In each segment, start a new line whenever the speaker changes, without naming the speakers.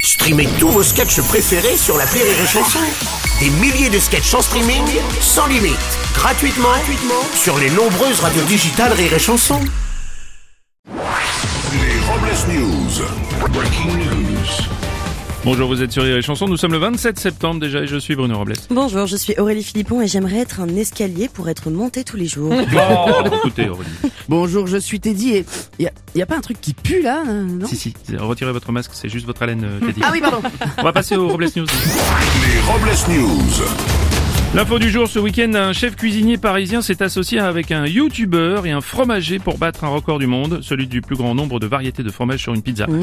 Streamez tous vos sketchs préférés sur la Rire et Chanson. Des milliers de sketchs en streaming, sans limite, gratuitement, gratuitement sur les nombreuses radios digitales Rire et Chanson.
Les Robles News. Breaking news.
Bonjour, vous êtes sur les chansons. Nous sommes le 27 septembre déjà et je suis Bruno Robles.
Bonjour, je suis Aurélie Philippon et j'aimerais être un escalier pour être monté tous les jours.
Écoutez, Aurélie.
Bonjour, je suis Teddy et y a, y a pas un truc qui pue là, euh, non
Si, si, retirez votre masque, c'est juste votre haleine, euh, Teddy.
Ah oui, pardon.
On va passer au Robles News.
Les Robles News.
L'info du jour ce week-end, un chef cuisinier parisien s'est associé avec un youtubeur et un fromager pour battre un record du monde, celui du plus grand nombre de variétés de fromage sur une pizza.
Mmh.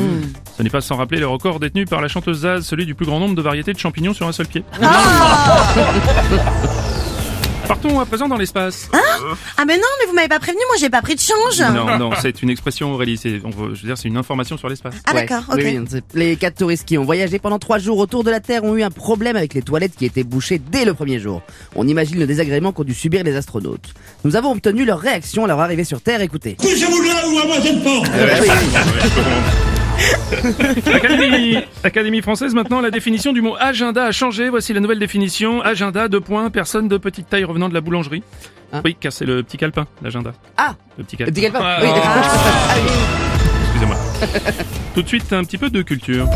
Ce n'est pas sans rappeler le record détenu par la chanteuse Zaz, celui du plus grand nombre de variétés de champignons sur un seul pied.
Ah.
Partons à présent dans l'espace.
Ah mais non, mais vous m'avez pas prévenu, moi j'ai pas pris de change.
non, non, c'est une expression Aurélie, c'est, on veut- je veux dire, c'est une information sur l'espace.
Ah
Ouais,
d'accord, ok.
oui, oui, c'est- les quatre touristes qui ont voyagé pendant trois jours autour de la Terre ont eu un problème avec les toilettes qui étaient bouchées dès le premier jour. On imagine le désagrément qu'ont dû subir les astronautes. Nous avons obtenu leur réaction à leur arrivée sur Terre, écoutez.
Couchez-vous là ou à moi je ne pense.
Académie, Académie française maintenant, la définition du mot agenda a changé. Voici la nouvelle définition. Agenda, deux points, personne de petite taille revenant de la boulangerie.
Hein
oui, car c'est le petit calepin, l'agenda.
Ah
Le petit calepin.
Dis quelque part.
Ah,
Oui,
non,
d'accord.
Excusez-moi. Tout de suite, un petit peu de culture.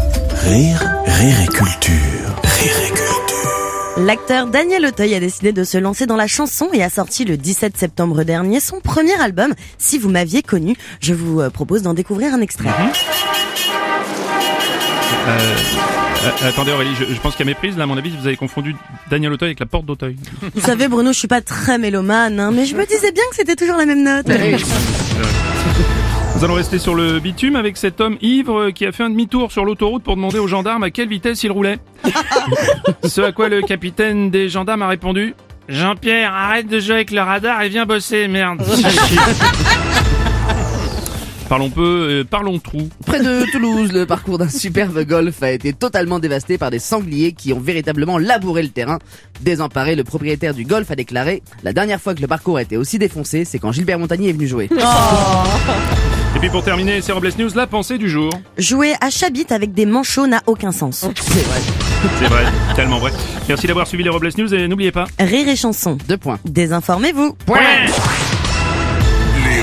L'acteur Daniel Auteuil a décidé de se lancer dans la chanson et a sorti le 17 septembre dernier son premier album, Si vous m'aviez connu. Je vous euh, propose d'en découvrir un extrait.
Mhm.
Euh, attendez Aurélie, je, je pense qu'il y a méprise. Là, à mon avis, vous avez confondu Daniel Auteuil avec la porte d'Auteuil.
Vous savez Bruno, je suis pas très mélomane, hein, mais je me disais bien que c'était toujours la même note.
Nous allons rester sur le bitume avec cet homme ivre qui a fait un demi-tour sur l'autoroute pour demander aux gendarmes à quelle vitesse il roulait. Ce à quoi le capitaine des gendarmes a répondu Jean-Pierre, arrête de jouer avec le radar et viens bosser, merde. parlons peu, euh, parlons trou.
Près de Toulouse, le parcours d'un superbe golf a été totalement dévasté par des sangliers qui ont véritablement labouré le terrain. Désemparé, le propriétaire du golf a déclaré « La dernière fois que le parcours a été aussi défoncé, c'est quand Gilbert Montagnier est venu jouer.
Et puis pour terminer, c'est Robles News, la pensée du jour.
Jouer à Chabit avec des manchots n'a aucun sens. »
C'est vrai.
C'est vrai, tellement vrai. Merci d'avoir suivi les Robles News et n'oubliez pas.
Rire et chanson.
Deux points.
Désinformez-vous.
Les